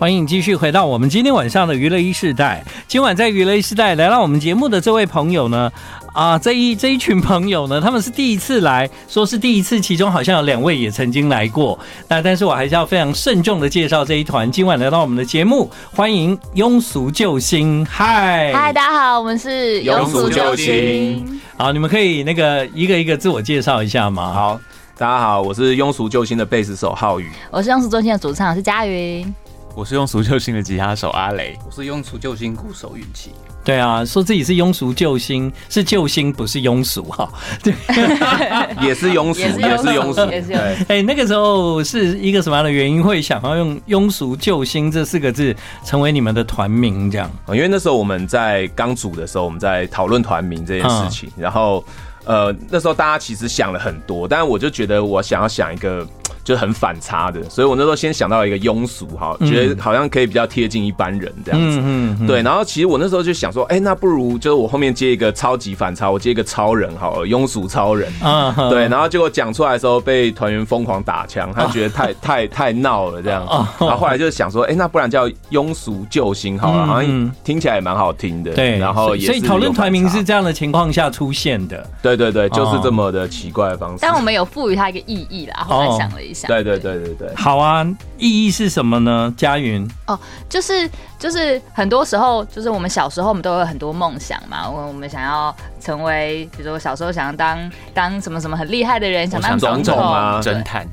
欢迎继续回到我们今天晚上的娱乐一世代。今晚在娱乐一世代来到我们节目的这位朋友呢，啊，这一这一群朋友呢，他们是第一次来，说是第一次，其中好像有两位也曾经来过。那但是我还是要非常慎重的介绍这一团。今晚来到我们的节目，欢迎庸俗救星，嗨嗨，大家好，我们是庸俗救星。好，你们可以那个一个一个自我介绍一下吗？好，大家好，我是庸俗救星的贝斯手浩宇，我是庸俗救星的主唱，是佳哦云。我是用俗救星的吉他手阿雷，我是庸俗救星鼓手运气。对啊，说自己是庸俗救星，是救星不是庸俗哈。也是庸俗，也是也是庸俗，也是庸俗 对哎、那个时候是一个什么样的原因会想要用“庸俗救星”这四个字成为你们的团名？这样因为那时候我们在刚组的时候，我们在讨论团名这件事情，然后呃那时候大家其实想了很多，但我就觉得我想要想一个就是很反差的，所以我那时候先想到一个庸俗，哈，觉得好像可以比较贴近一般人这样子。嗯嗯，对，然后其实我那时候就想说，哎、那不如就是我后面接一个超级反差，我接一个超人好了，庸俗超人。啊，呵对，，然后结果讲出来的时候被团员疯狂打枪，他觉得 太太太闹了这样子哦，然后后来就想说，哎，那不然叫庸俗救星好了，嗯好嗯像听起来也蛮好听的。对，然后所以也所以是讨论有团反名差是这样的情况下出现的。对对对，就哦是这么的奇怪的方式。但我们有赋予它一个意义啦，后来想了一下，对对对对对，好啊，意义是什么呢？佳云，就是就是很多时候，就是我们小时候我们都有很多梦想嘛，我我们想要成为，比如说我小时候想要当当什么什么很厉害的人，想当想总当统总统啊侦探，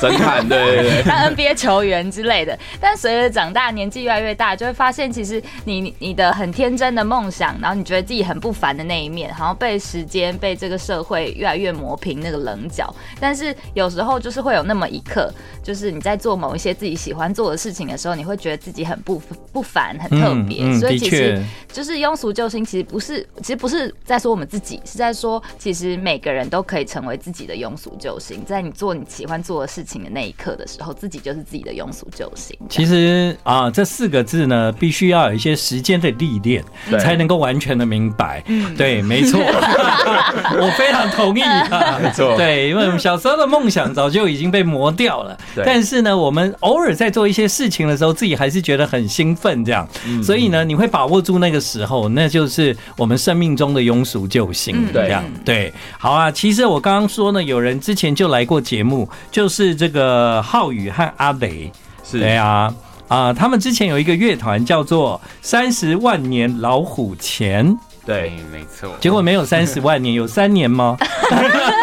真看对对对。当 NBA 球员之类的。但随着长大，年纪越来越大，就会发现，其实你你你的很天真的梦想，然后你觉得自己很不凡的那一面，好像被时间、被这个社会越来越磨平那个棱角。但是有时候就是会有那么一刻，就是你在做某一些自己喜欢做的事情的时候，你会觉得自己很不不凡、很特别。所以嗯的其实确，就是庸俗救星，其实不是，其实不是在说我们自己，是在说其实每个人都可以成为自己的庸俗救星。在你做你喜欢做的事情的那一刻的时候，自己就是自己的庸俗救星。其实啊，这四个字呢，必须要有一些时间的历练，对才能够完全的明白。对，没错，我非常同意啊。没错对，因为我们小时候的梦想早就已经被磨掉了。对但是呢，我们偶尔在做一些事情的时候，自己还是觉得很兴奋，这样。嗯所以呢，你会把握住那个时候，那就是我们生命中的庸俗救星嗯，这样。对，好啊。其实我刚刚说呢，有人之前就来过节目，就是这个浩宇和阿北。是对啊，啊、他们之前有一个乐团叫做《三十万年老虎钳》，对，没错。结果没嗯有三十万年，有三年吗？有啦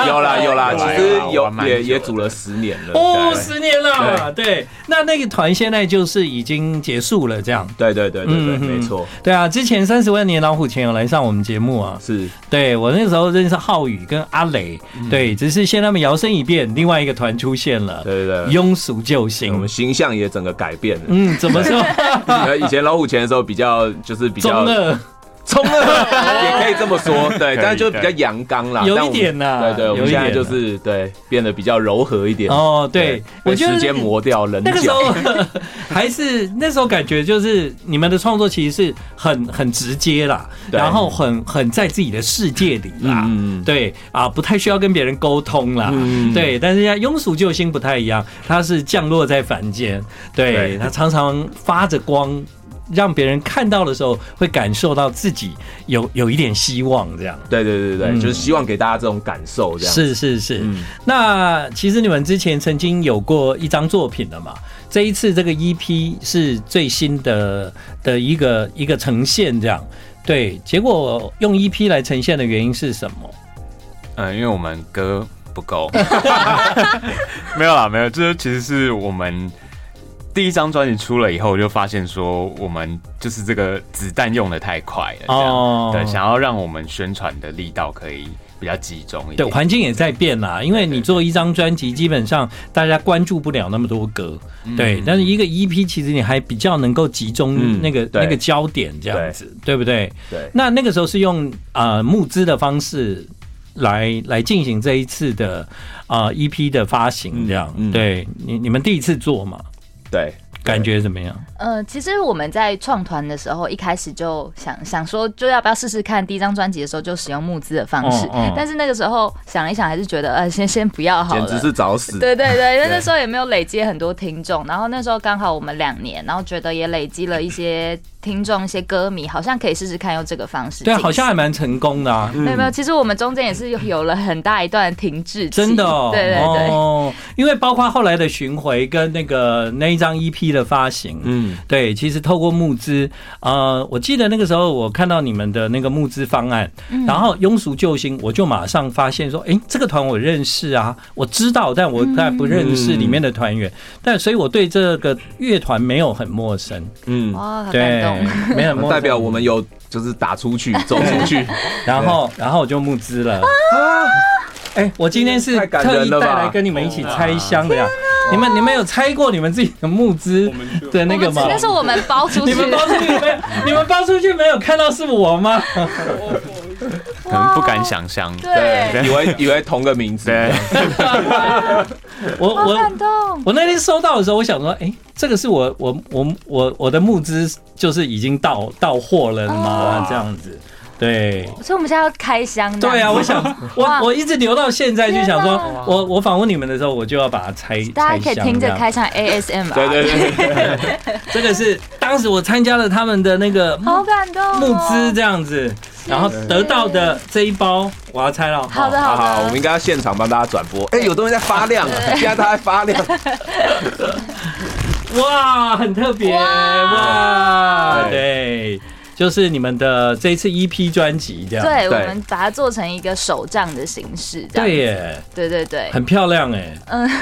有啦，有啦其实有啦有啊玩蛮久也的也组了十年了。哦， 对十年了。对，那那个团现在就是已经结束了，这样。对对对对对，嗯嗯没错，对啊，之前三十万年老虎钳有来上我们节目啊。是对我那时候认识浩宇跟阿磊，嗯对，只是现在他们摇身一变，另外一个团出现了，对对对。庸俗救我们星。形象也整个改变了。嗯，怎么说？以前老虎钳的时候比较就是 比中较二。冲了， 也可以这么 说，对，可以但就比较阳刚啦，有一但我们点呐对对，我有们一现点在就是对变得比较柔和一点，哦，对，我被觉得时间磨掉棱那个时角，候啊 还是那时候感觉就是你们的创作其实是很很直接啦，对然后很很在自己的世界里啦，嗯嗯嗯对啊，不太需要跟别人沟通啦，嗯对。但是像庸俗救星不太一样，他是降落在凡间，对对他常常发着光。让别人看到的时候，会感受到自己有有一点希望，这样。对对对对，嗯就是希望给大家这种感受，这样是是是，嗯那其实你们之前曾经有过一张作品了嘛？这一次这个 EP 是最新的的一个一个呈现，这样对。结果用 EP 来呈现的原因是什么？嗯，因为我们歌不够， 没有啦，没有，这其实是我们第一张专辑出了以后，我就发现说我们就是这个子弹用的太快了，这样、哦对，想要让我们宣传的力道可以比较集中一对，点，环境也在变啦，因为你做一张专辑，基本上大家关注不了那么多歌，对。但是一个 EP 其实你还比较能够集中嗯那个、对那个焦点这样子，对不对？对那那个时候是用呃募资的方式来来进行这一次的呃 EP 的发行，这样。嗯嗯对你你们第一次做嘛，对，嗯感觉怎么样？呃，其实我们在创团的时候，一开始就想想说，就要不要试试看第一张专辑的时候就使用募资的方式，嗯嗯但是那个时候想一想，还是觉得呃，先先不要好简了，直是找死。对对 对，因为那对时候也没有累积很多听众，然后那时候刚好我们两年，然后觉得也累积了一些听众、一些歌迷，好像可以试试看用这个方式进对，行。好像还蛮成功的啊。没有没有，其实我们中间也是有有了很大一段停滞期，真的、哦， 对对对。哦，因为包括后来的巡回跟那个那一张 EP 的发行，嗯，对，其实透过募资，呃，我记得那个时候我看到你们的那个募资方案，嗯然后庸俗救星，我就马上发现说，诶，这个团我认识啊，我知道，但我但不认识里面的团员，嗯但所以我对这个乐团没有很陌生，嗯，哦哇，好感对动！，没有很 陌生代表我们有就是打 出去，走出去。然后，然后我就募资了。啊哎、我今天是太感特人意了带吧来跟你们一起拆箱的呀。你们你们有拆过你们自己的募资的那个我们吗？那是我们包出你去，们包出去没 有？你们包出去没有看到是我吗？可能不敢想象。对，以为以为同个名字，对，我好我感动。我那天收到的时候，我想说，哎、这个是我我我我我的募资就是已经到到货了哦吗？这样子，对。所以我们现在要开箱的。对啊，我想我哇我一直留到现在，就想天说哪，我我访问你们的时候，我就要把它拆大拆家可以箱听这着样开箱 ASMR，对对对对，这个是当时我参加了他们的那个好感动哦。募资这样子，然后得到的这一包，我要拆了。好的哦好好好，我的们，应该要现场帮大家转播。哎，有东西在发亮啊，现在它在发亮。哇，很特别哇，对，就是你们的这一次 EP 专辑这样。对我对们把它做成一个手账的形式，这样对耶，对对对，很漂亮哎，然嗯后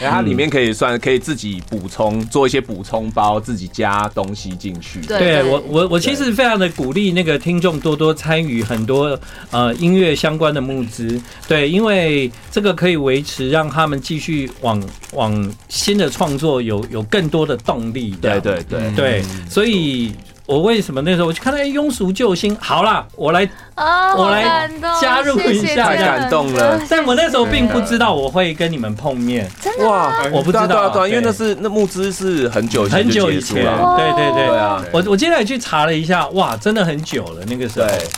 它里面可以算可以自己补充，做一些补充包，自己加东西进去。对对我我我其实非常的鼓励那个听众多多参与很多呃音乐相关的募资，对，因为这个可以维持让他们继续往往新的创作有有更多的动力这样。对对嗯对，对，所以我为什么那时候我就看到哎庸俗救星，好啦，我来，啊，我好来感动加入谢谢一下太感动了但我那时候并不知道我会跟你们碰面，真的哇嗯我不知对啊对啊道，对啊，因为那是那募资是很久以前很久就以结束前，哦了。对对对对。啊，我我接下来去查了一下，哇，真的很久了那个时候对，，啊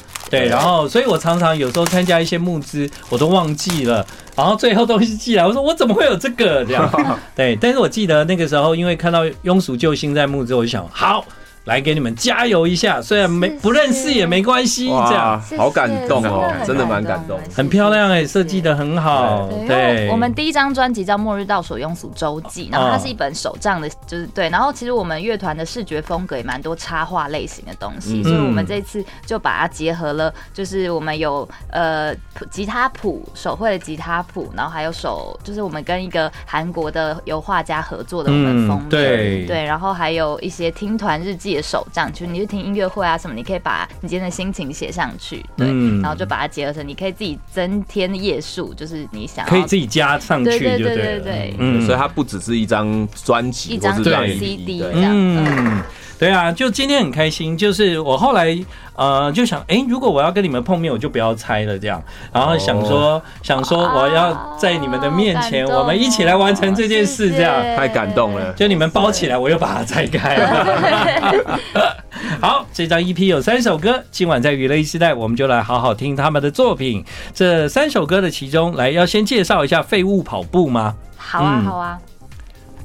对，然后所以我常常有时候参加一些募资，我都忘记了，然后最后东西寄来，我说我怎么会有这个这样？ 对，但是我记得那个时候，因为看到庸俗救星在募资，我就想好来给你们加油一下，虽然没谢谢不认识也没关系这样。哇，好感动哦，谢谢真的蛮感动。很漂亮哎、设计。的很好对，哦因。为对，我们第一张专辑叫《末日倒数庸俗周记》，然后它嗯是一本手账的，就是对。然后其实我们乐团的视觉风格也蛮多插画类型的东西，嗯所以我们这次就把它结合了，就是我们有呃谱吉他谱手绘的吉他谱，然后还有手，就是我们跟一个韩国的油画家合作的我们封面，对对，然后还有一些听团日记的手账，就是你去听音乐会啊什么，你可以把你今天的心情写上去，对，嗯然后就把它结合成，你可以自己增添页数，就是你想要可以自己加上去对就对对对对了。对，嗯所以它不只是一张专辑，一张或是张 CD 对这样嗯，对啊，就今天很开心，就是我后来呃就想，哎、如果我要跟你们碰面，我就不要猜了这样，然后想说、想说我要在你们的面前，哦好感动哦我们一起来完成这件事这样。谢谢太感动了。就你们包起来，我又把它拆开了。 好，这张 EP 有三首歌，今晚在娱乐一时代，我们就来好好听他们的作品。这三首歌的其中，来要先介绍一下《废物跑步》吗？好啊嗯好啊，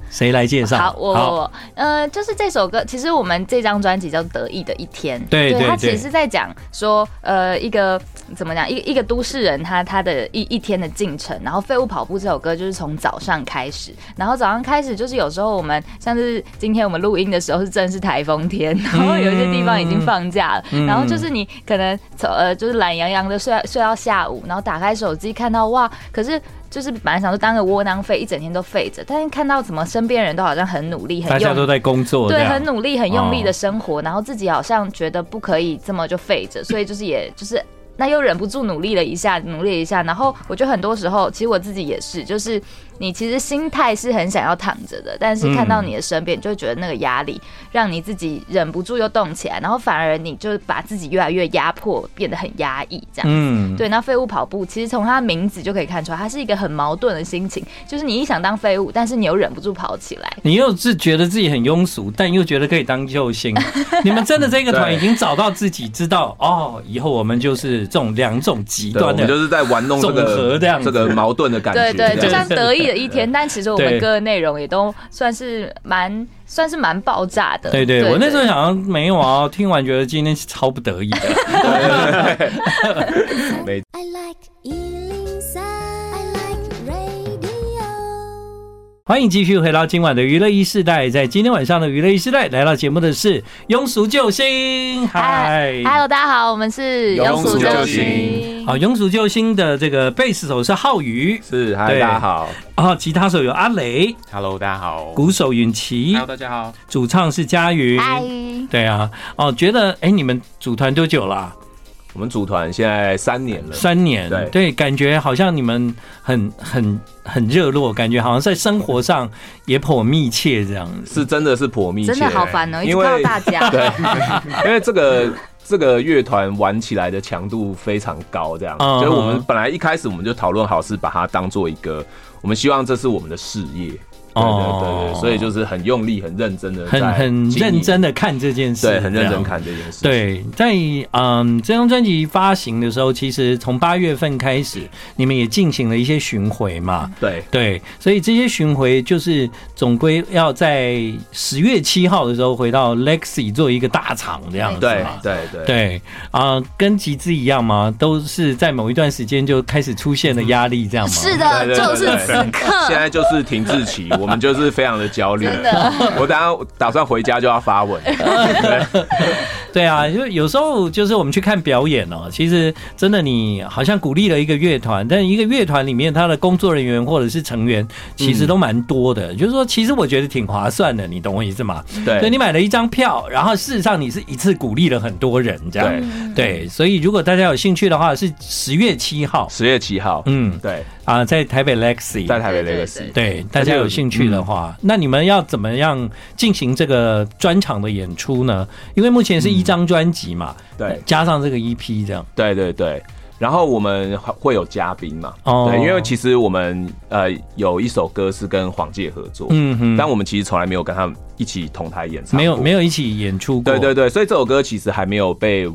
谁来介绍？好我我我呃，就是这首歌，其实我们这张专辑叫《得意的一天》，对对它其对实是在讲说呃一个怎么讲，一一个都市人他他的一一天的进程，然后《废物跑步》这首歌就是从早上开始，然后早上开始就是有时候我们像是今天我们录音的时候是正是台风嗯天，然后有一些地方已经放假了，然后就是你可能从呃就是懒洋洋的睡睡到下午，然后打开手机看到哇，可是。就是本来想说当个窝囊废，一整天都废着，但是看到怎么身边人都好像很努力，大很家用都在工作，对，这样很努力、很用力哦的生活，然后自己好像觉得不可以这么就废 着，所以就是也就是。那又忍不住努力了一下，努力了一下，然后我觉得很多时候，其实我自己也是，就是你其实心态是很想要躺着的，但是看到你的身边，你就会觉得那个压力让你自己忍不住又动起来，然后反而你就把自己越来越压迫，变得很压抑这样。嗯，对，那废物跑步其实从它名字就可以看出来，它是一个很矛盾的心情，就是你一想当废物，但是你又忍不住跑起来。你又是觉得自己很庸俗，但又觉得可以当救 星。你们真的这个团已经找到自己，知道哦，以后我们就是这种两种极对，我端们就的。是在玩弄这综合个这样子这个矛盾的感对觉。对，这就样像得意的一天，但其实我对们歌的内容也都算是蛮算是蛮爆炸的。对对，我那时候想要没有啊，听完觉得今天是超不得已的。没 I like Ealing Sound. I like radio. 欢迎继续回到今晚的娱乐一世代，在今天晚上的娱乐一世代来到节目的是庸俗救星，嗨。 ，Hello，大家好，我们是庸俗救救星星。好，哦庸俗救星的这个贝斯手是浩宇，是，嗨，对大家好，啊，吉他手有阿雷， Hello，大家好。鼓手允琪 Hello，，大家好，主唱是佳云。嗨，对啊，哦，觉得哎、你们组团多久啦、我们组团现在三年了，三年，对感觉好像你们很很很热络，感觉好像在生活上也颇密切这样子。是真的是颇密切，真的好烦哦，一直因为看到大家。 对，因为这个这个乐团玩起来的强度非常高，这样，嗯所以我们本来一开始我们就讨论好是把它当做一个，我们希望这是我们的事业，对对对哦对，所以就是很用力、很认真的，很很认真，的看这件事，对，很这认真样。看这件事，，对，在嗯这张专辑发行的时候，其实从八月份开始，你们也进行了一些巡回嘛。对，对，所以这些巡回就是总归要在十月七号的时候回到 Lexi 做一个大场这样子对嘛。，对，对，对啊、跟集资一样嘛，都是在某一段时间就开始出现了压力，这样吗？是的，对对对就是此刻现。在就是停 滞期，我们就是非常的焦虑。真的，我等下打算回家就要发文。对啊，就有时候就是我们去看表演哦、其实真的你好像鼓励了一个乐团，但一个乐团里面他的工作人员或者是成员其实都蛮多的，就是说其实我觉得挺划算的，你懂我意思吗？所以 嗯对你，买了一张票，然后事实上你是一次鼓励了很多人，这样对，对，所以如果大家有兴趣的话，是十月七号，十月七号，嗯对，啊、在台北 Lexi，在台北对对 Legacy。对，大家有兴趣的嗯话，那你们要怎么样进行这个专场的演出呢？因为目前是一张专辑嘛，嗯呃对加上这个 EP 这样，对对对。然后我们会有嘉宾嘛？哦对，因为其实我们呃有一首歌是跟黄玠合作，嗯哼，但我们其实从来没有跟他们一起同台演唱，没有没有。有一起演出过，对对对，所以这首歌其实还没有被，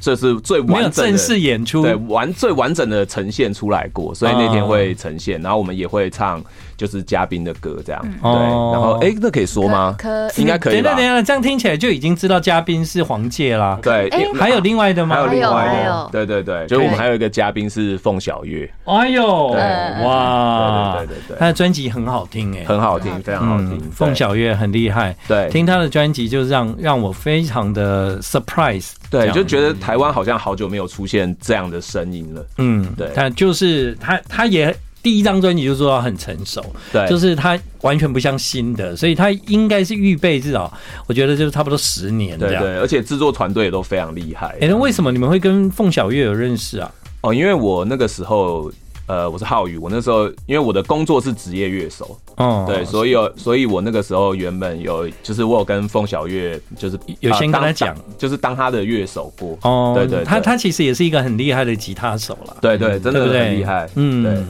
这是最没有完整正的式演出，对完最完整的呈现出来过，所以那天会呈现，然后我们也会唱就是嘉宾的歌这样，对，哦然后哎、那可以说吗？嗯可应该可以等等吧等？等，这样听起来就已经知道嘉宾是黄玠啦，对，哎还有另外的吗？还有另还外有的，对对对，就是我们还有一个嘉宾是凤小岳，哎呦，对呃哇，对对对对对他的专辑很好听哎，很好听，非常好听。对凤小岳很厉害，对听他的专辑就是让让我非常的 surprise，这对，样就觉得台湾好像好久没有出现这样的声音了。嗯，对他就是他，他也第一张专辑就做到很成熟，对，就是是他完全不像新的，所以他应该是预备至少，我觉得就是差不多十年这对样。对，而且制作团队也都非常厉害。哎、那为什么你们会跟凤小岳有认识啊？哦，因为我那个时候。呃，我是浩宇，我那时候因为我的工作是职业乐手，哦对，所以有，所以我那个时候原本有，就是我有跟凤小岳，就是啊有先跟他当讲当就是当他的乐手过，哦，对对对他他其实也是一个很厉害的吉他手了。对对，真的对不对很厉害，嗯对，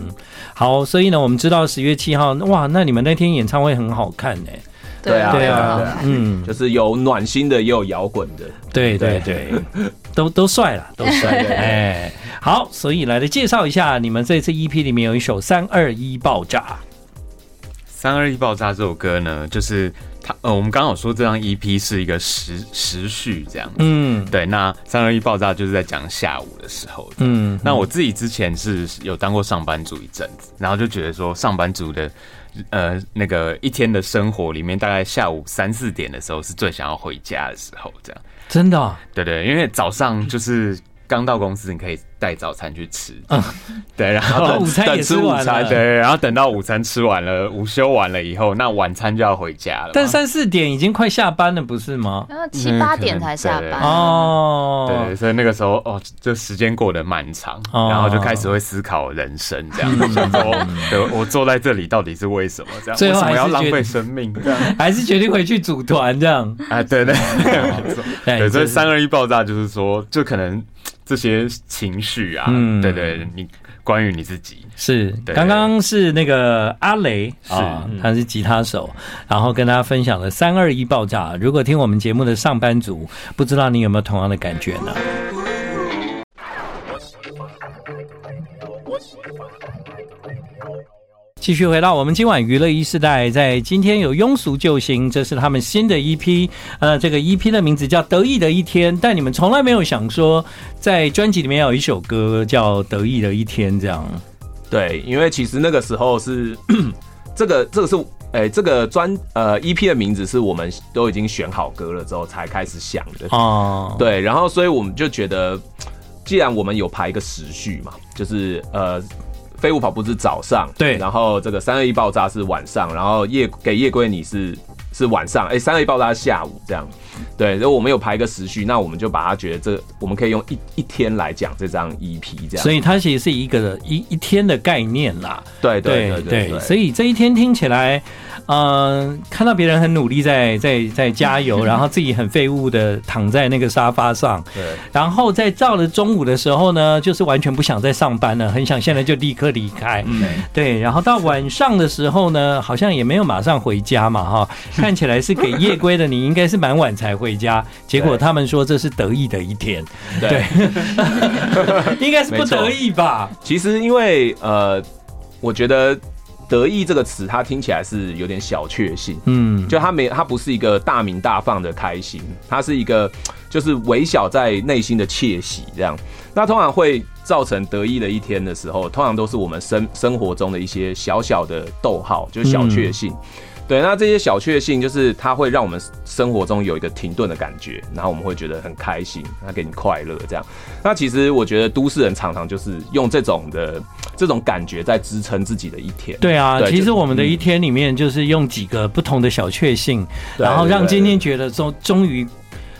好，所以呢，我们知道十月七号，哇，那你们那天演唱会很好看哎、对啊对对啊啊，嗯，就是有暖心的，也有摇滚的，对对对， 都都帅了，都帅对了。对 对哎，好，所以来的介绍一下，你们这次 EP 里面有一首《三二一爆炸三二一爆炸这首歌呢，就是它呃，我们刚好说这张 EP 是一个时时序这样》，。嗯对，那三二一爆炸就是在讲下午的时候。嗯，嗯，那我自己之前是有当过上班族一阵子，然后就觉得说上班族的呃那个一天的生活里面，大概下午三四点的时候是最想要回家的时候，这样。真的啊、对对，因为早上就是刚到公司，你可以带早餐去吃，对，然后嗯哦午餐也等吃吃午完餐，了对，然后等到午餐吃完了，午休完了以后，那晚餐就要回家了嘛。但三四点已经快下班了，不是吗？然后七八可点能才下对班嗯哦对，，所以那个时候哦，就时间过得漫长，哦嗯然后就开始会思考人生这样，想说，对我坐在这里到底是为什么这样？最为后什还么是要浪决费定生命这样？还是决定回去组团这样。啊，对 对，没错对对，所以哎这是三二一爆炸就是说，就可能这些情绪啊，嗯对对，你关于你自己，是，对刚刚是那个阿雷啊，他是吉他手，然后跟大家分享了三二一爆炸。如果听我们节目的上班族，不知道你有没有同样的感觉呢？继续回到我们今晚娱乐一世代，在今天有庸俗救星，这是他们新的一批。呃，这个 EP 的名字叫《得意的一天》，但你们从来没有想说，在专辑里面有一首歌叫《得意的一天》这样。对，因为其实那个时候是 这个这个是哎、这个专呃 EP 的名字是我们都已经选好歌了之后才开始想的。哦，对，然后所以我们就觉得，既然我们有排一个时序嘛，就是呃。飞舞跑步是早上，对然后这个三二一爆炸是晚上，然后夜给夜归你是是晚上，哎，三二一爆炸是下午这样，对，然后我们有排一个时序，那我们就把它觉得这我们可以用一一天来讲这张 EP 这样，所以它其实是一个一一天的概念啦。对对对对所以这一天听起来，嗯，看到别人很努力在在在加 油，然后自己很废物的躺在那个沙发上，对然后在到了中午的时候呢，就是完全不想再上班了，很想现在就立刻离开。嗯对，然后到晚上的时候呢，好像也没有马上回家嘛， 哈，看起来是给夜归的你，应该是蛮晚才回家。结果对他们说这是得意的一天，对对应该是不 没错得意吧？其实因为呃，我觉得“得意”这个词，它听起来是有点小确幸，嗯，就它没，它不是一个大鸣大放的开心，它是一个就是微小在内心的窃喜这样。那通常会造成得意的一天的时候，通常都是我们生生活中的一些小小的逗号，就是小确幸。对，那这些小确幸就是它会让我们生活中有一个停顿的感觉，然后我们会觉得很开心，它给你快乐这样。那其实我觉得都市人常常就是用这种的这种感觉在支撑自己的一天。对啊，对其实就嗯我们的一天里面就是用几个不同的小确幸，对然后让对对今天觉得终终于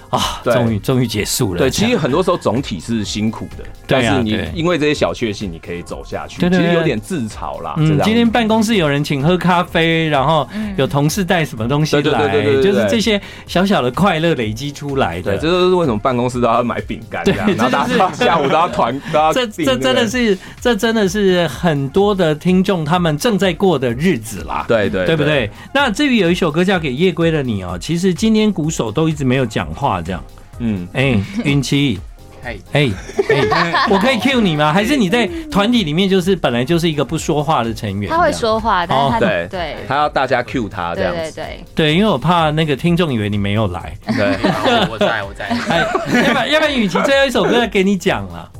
啊，对终于终于结束了。对，这其样实很多时候总体是辛苦的，对啊但是你对因为这些小确幸，你可以走下去。对对对其实有点自嘲啦。这嗯，张今天办公室有人请喝咖啡，然后有同事带什么东西对对对来对对，对对就是这些小小的快乐累积出来对，的。这就是为什么办公室都要买饼干这样，对然后大这就是家下午都要团，都要这订这那个真的。是，这真的是很多的听众他们正在过的日子啦。对对对不？对？那至于有一首歌叫《给夜归的你》哦，其实今天鼓手都一直没有讲话，这样。嗯， 哎，云奇，嘿，哎 哎，我可以 cue 嗯你吗？还是你在团体里面就是本来就是一个不说话的成员？他会这样。说话，但是他、哦对对他要大家 cue 他这对样对子，对，对，因为我怕那个听众以为你没有 来。对，哎好我在我 在，哎，要不然要不然，雨琦最后一首歌给你讲了，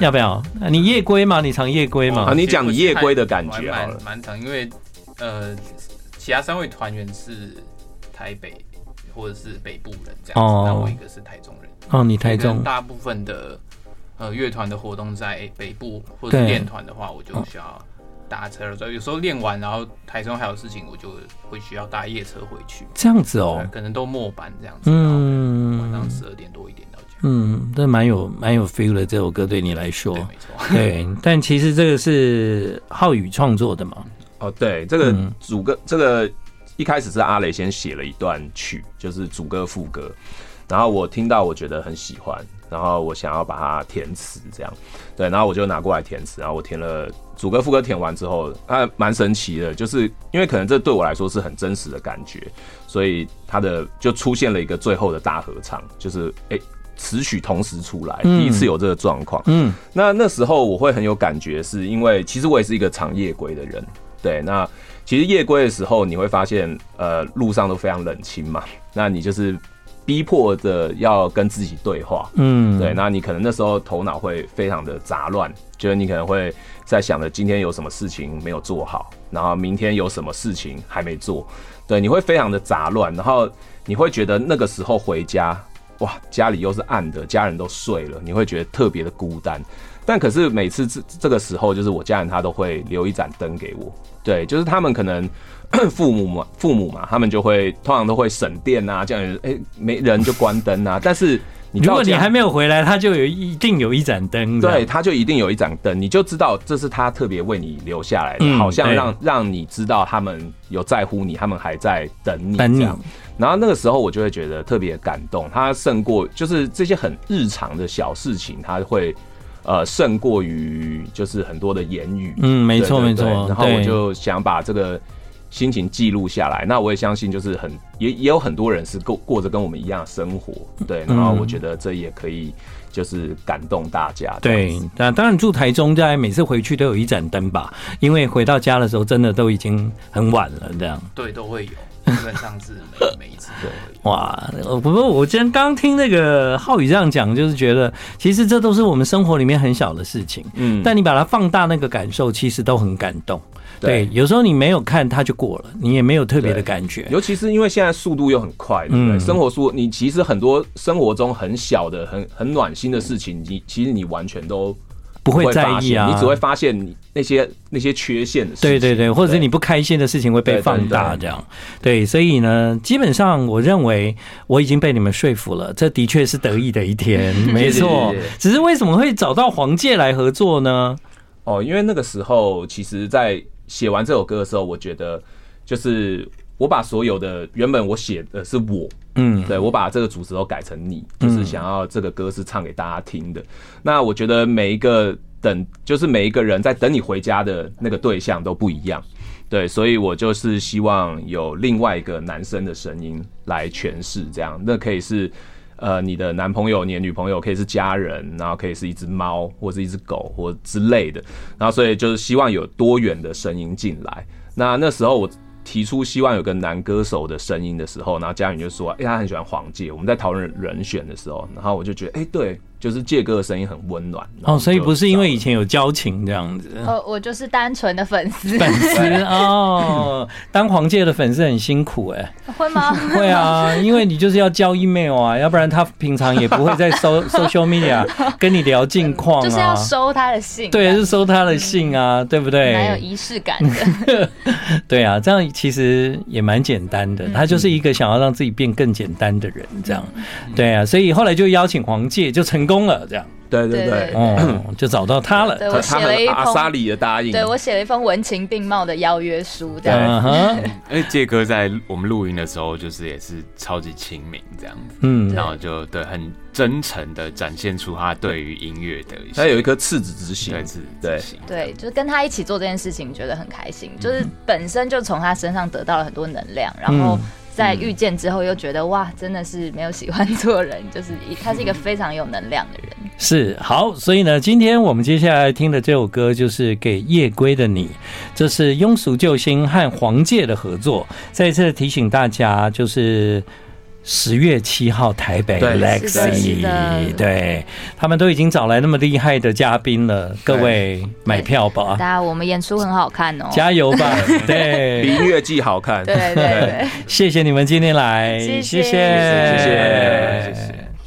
要不要？你夜归吗？你常夜归啊吗？你讲你夜归的感觉好了蛮蛮长，因为呃，其他三位团员是台北或者是北部人这样子，哦那我一个是台中人，哦，你台可能中。大部分的呃乐团的活动在北部，或者对是练团的话，我就需要搭车了。所以有时候练完，然后台中还有事情，我就会需要搭夜车回去，这样子哦，可能都末班这样子，嗯然后晚上十二点多一点到家。嗯，这蛮有蛮有 feel 的这首歌对你来说对，，嗯没错。对，但其实这个是浩宇创作的嘛，哦对，这个嗯主歌这个一开始是阿雷先写了一段曲，就是主歌副歌，然后我听到我觉得很喜欢，然后我想要把它填词这样，对，然后我就拿过来填词，然啊后我填了主歌副歌填完之后，啊，蛮神奇的，就是因为可能这对我来说是很真实的感觉，所以它的就出现了一个最后的大合唱，就是诶词曲同时出来，嗯第一次有这个状况，嗯，那那时候我会很有感觉，是因为其实我也是一个常夜归的人。对，那其实夜归的时候，你会发现，呃，路上都非常冷清嘛。那你就是逼迫着要跟自己对话。嗯，对，那你可能那时候头脑会非常的杂乱，就是你可能会在想着今天有什么事情没有做好，然后明天有什么事情还没做，对，你会非常的杂乱，然后你会觉得那个时候回家。哇，家里又是暗的，家人都睡了，你会觉得特别的孤单。但可是每次这这个时候，就是我家人他都会留一盏灯给我，对， 就是他们可能父母嘛，父母嘛，他们就会通常都会省电啊，这样也是，哎、没人就关灯啊。但是你如到果你家还没有回来，他就有一定有一盏灯。这对，样，他就一定有一盏灯，你就知道这是他特别为你留下来的，嗯好像对让让你知道他们有在乎你，他们还在等你等这你样。然后那个时候我就会觉得特别感动，他胜过就是这些很日常的小事情，他会呃胜过于就是很多的言语。嗯，没错对没错对对。然后我对就想把这个心情记录下来。那我也相信，就是很也也有很多人是过过着跟我们一样的生活，对。嗯然后我觉得这也可以就是感动大家。对，那当然住台中，大家每次回去都有一盏灯吧，因为回到家的时候真的都已经很晚了，这样。对，都会有，基本上是每每一次都会有。哇，呃不过我今天刚听那个浩宇这样讲，就是觉得其实这都是我们生活里面很小的事情，嗯但你把它放大那个感受，其实都很感动。对对，有时候你没有看它就过了，你也没有特别的对感觉。尤其是因为现在速度又很快，对不对？嗯生活速，你其实很多生活中很小的、很很暖心的事情，你其实你完全都不会在发意现啊你只会发现你那些那些缺陷的事情。对对对，或者是你不开心的事情会被放大，对对对这样。对，所以呢，基本上我认为我已经被你们说服了，这的确是得意的一 天，没错谢谢。只是为什么会找到黄玠来合作呢？哦，因为那个时候，其实，在写完这首歌的时候，我觉得就是我把所有的原本我写的是我，嗯，对我把这个主旨都改成你，就是想要这个歌是唱给大家听的。那我觉得每一个等，就是每一个人在等你回家的那个对象都不一样，对，所以我就是希望有另外一个男生的声音来诠释，这样那可以是。呃，你的男朋友、你的女朋友可以是家人，然后可以是一只猫，或是一只狗，或之类的。然后，所以就是希望有多元的声音进来。那那时候我提出希望有个男歌手的声音的时候，然后佳宇就说：“哎、他很喜欢黄玠。”我们在讨论人选的时候，然后我就觉得：“哎、对，就是介哥的声音很温暖。”然后哦，所以就不是因为找以前有交情这样子。嗯呃，我就是单纯的粉丝，粉丝 哦，当黄玠的粉丝很辛苦 哎、 会吗？会啊，因为你就是要交 email 啊，要不然他平常也不会在 so social media 跟你聊近况就是要啊，收他的信，对，是收他的信啊，对不对？蛮有仪式感的。对啊，这样其实也蛮简单的。他就是一个想要让自己变更简单的人，这样。对啊，所以后来就邀请黄玠，就成功了，这样。对对对对对，哦，就找到他了。对我他写了一很阿封萨里的答应，对我写了一封文情并茂的邀约书，这样。嗯哼，而且杰哎哥在我们录音的时候，就是也是超级亲民这样子，嗯，然后就对很真诚的展现出他对于音乐的一些他有一颗赤子之心，对自对自信对，就是跟他一起做这件事情，觉得很开心。就是本身就从他身上得到了很多能量，然后嗯在遇见之后又觉得哇，真的是没有喜欢错人，就是一他嗯是一个非常有能量的人。是好，所以呢，今天我们接下来听的这首歌就是《给夜归的你》，这是庸俗救星和黄玠的合作。再一次提醒大家，就是十月七号台北对是的是 Lexi，的对他们都已经找来那么厉害的嘉宾了，各位买票吧大，家，我们演出很好看哦。加油 吧！比对，音乐季好看。 对对对。谢谢你们今天来，谢谢谢谢哎谢谢谢谢谢。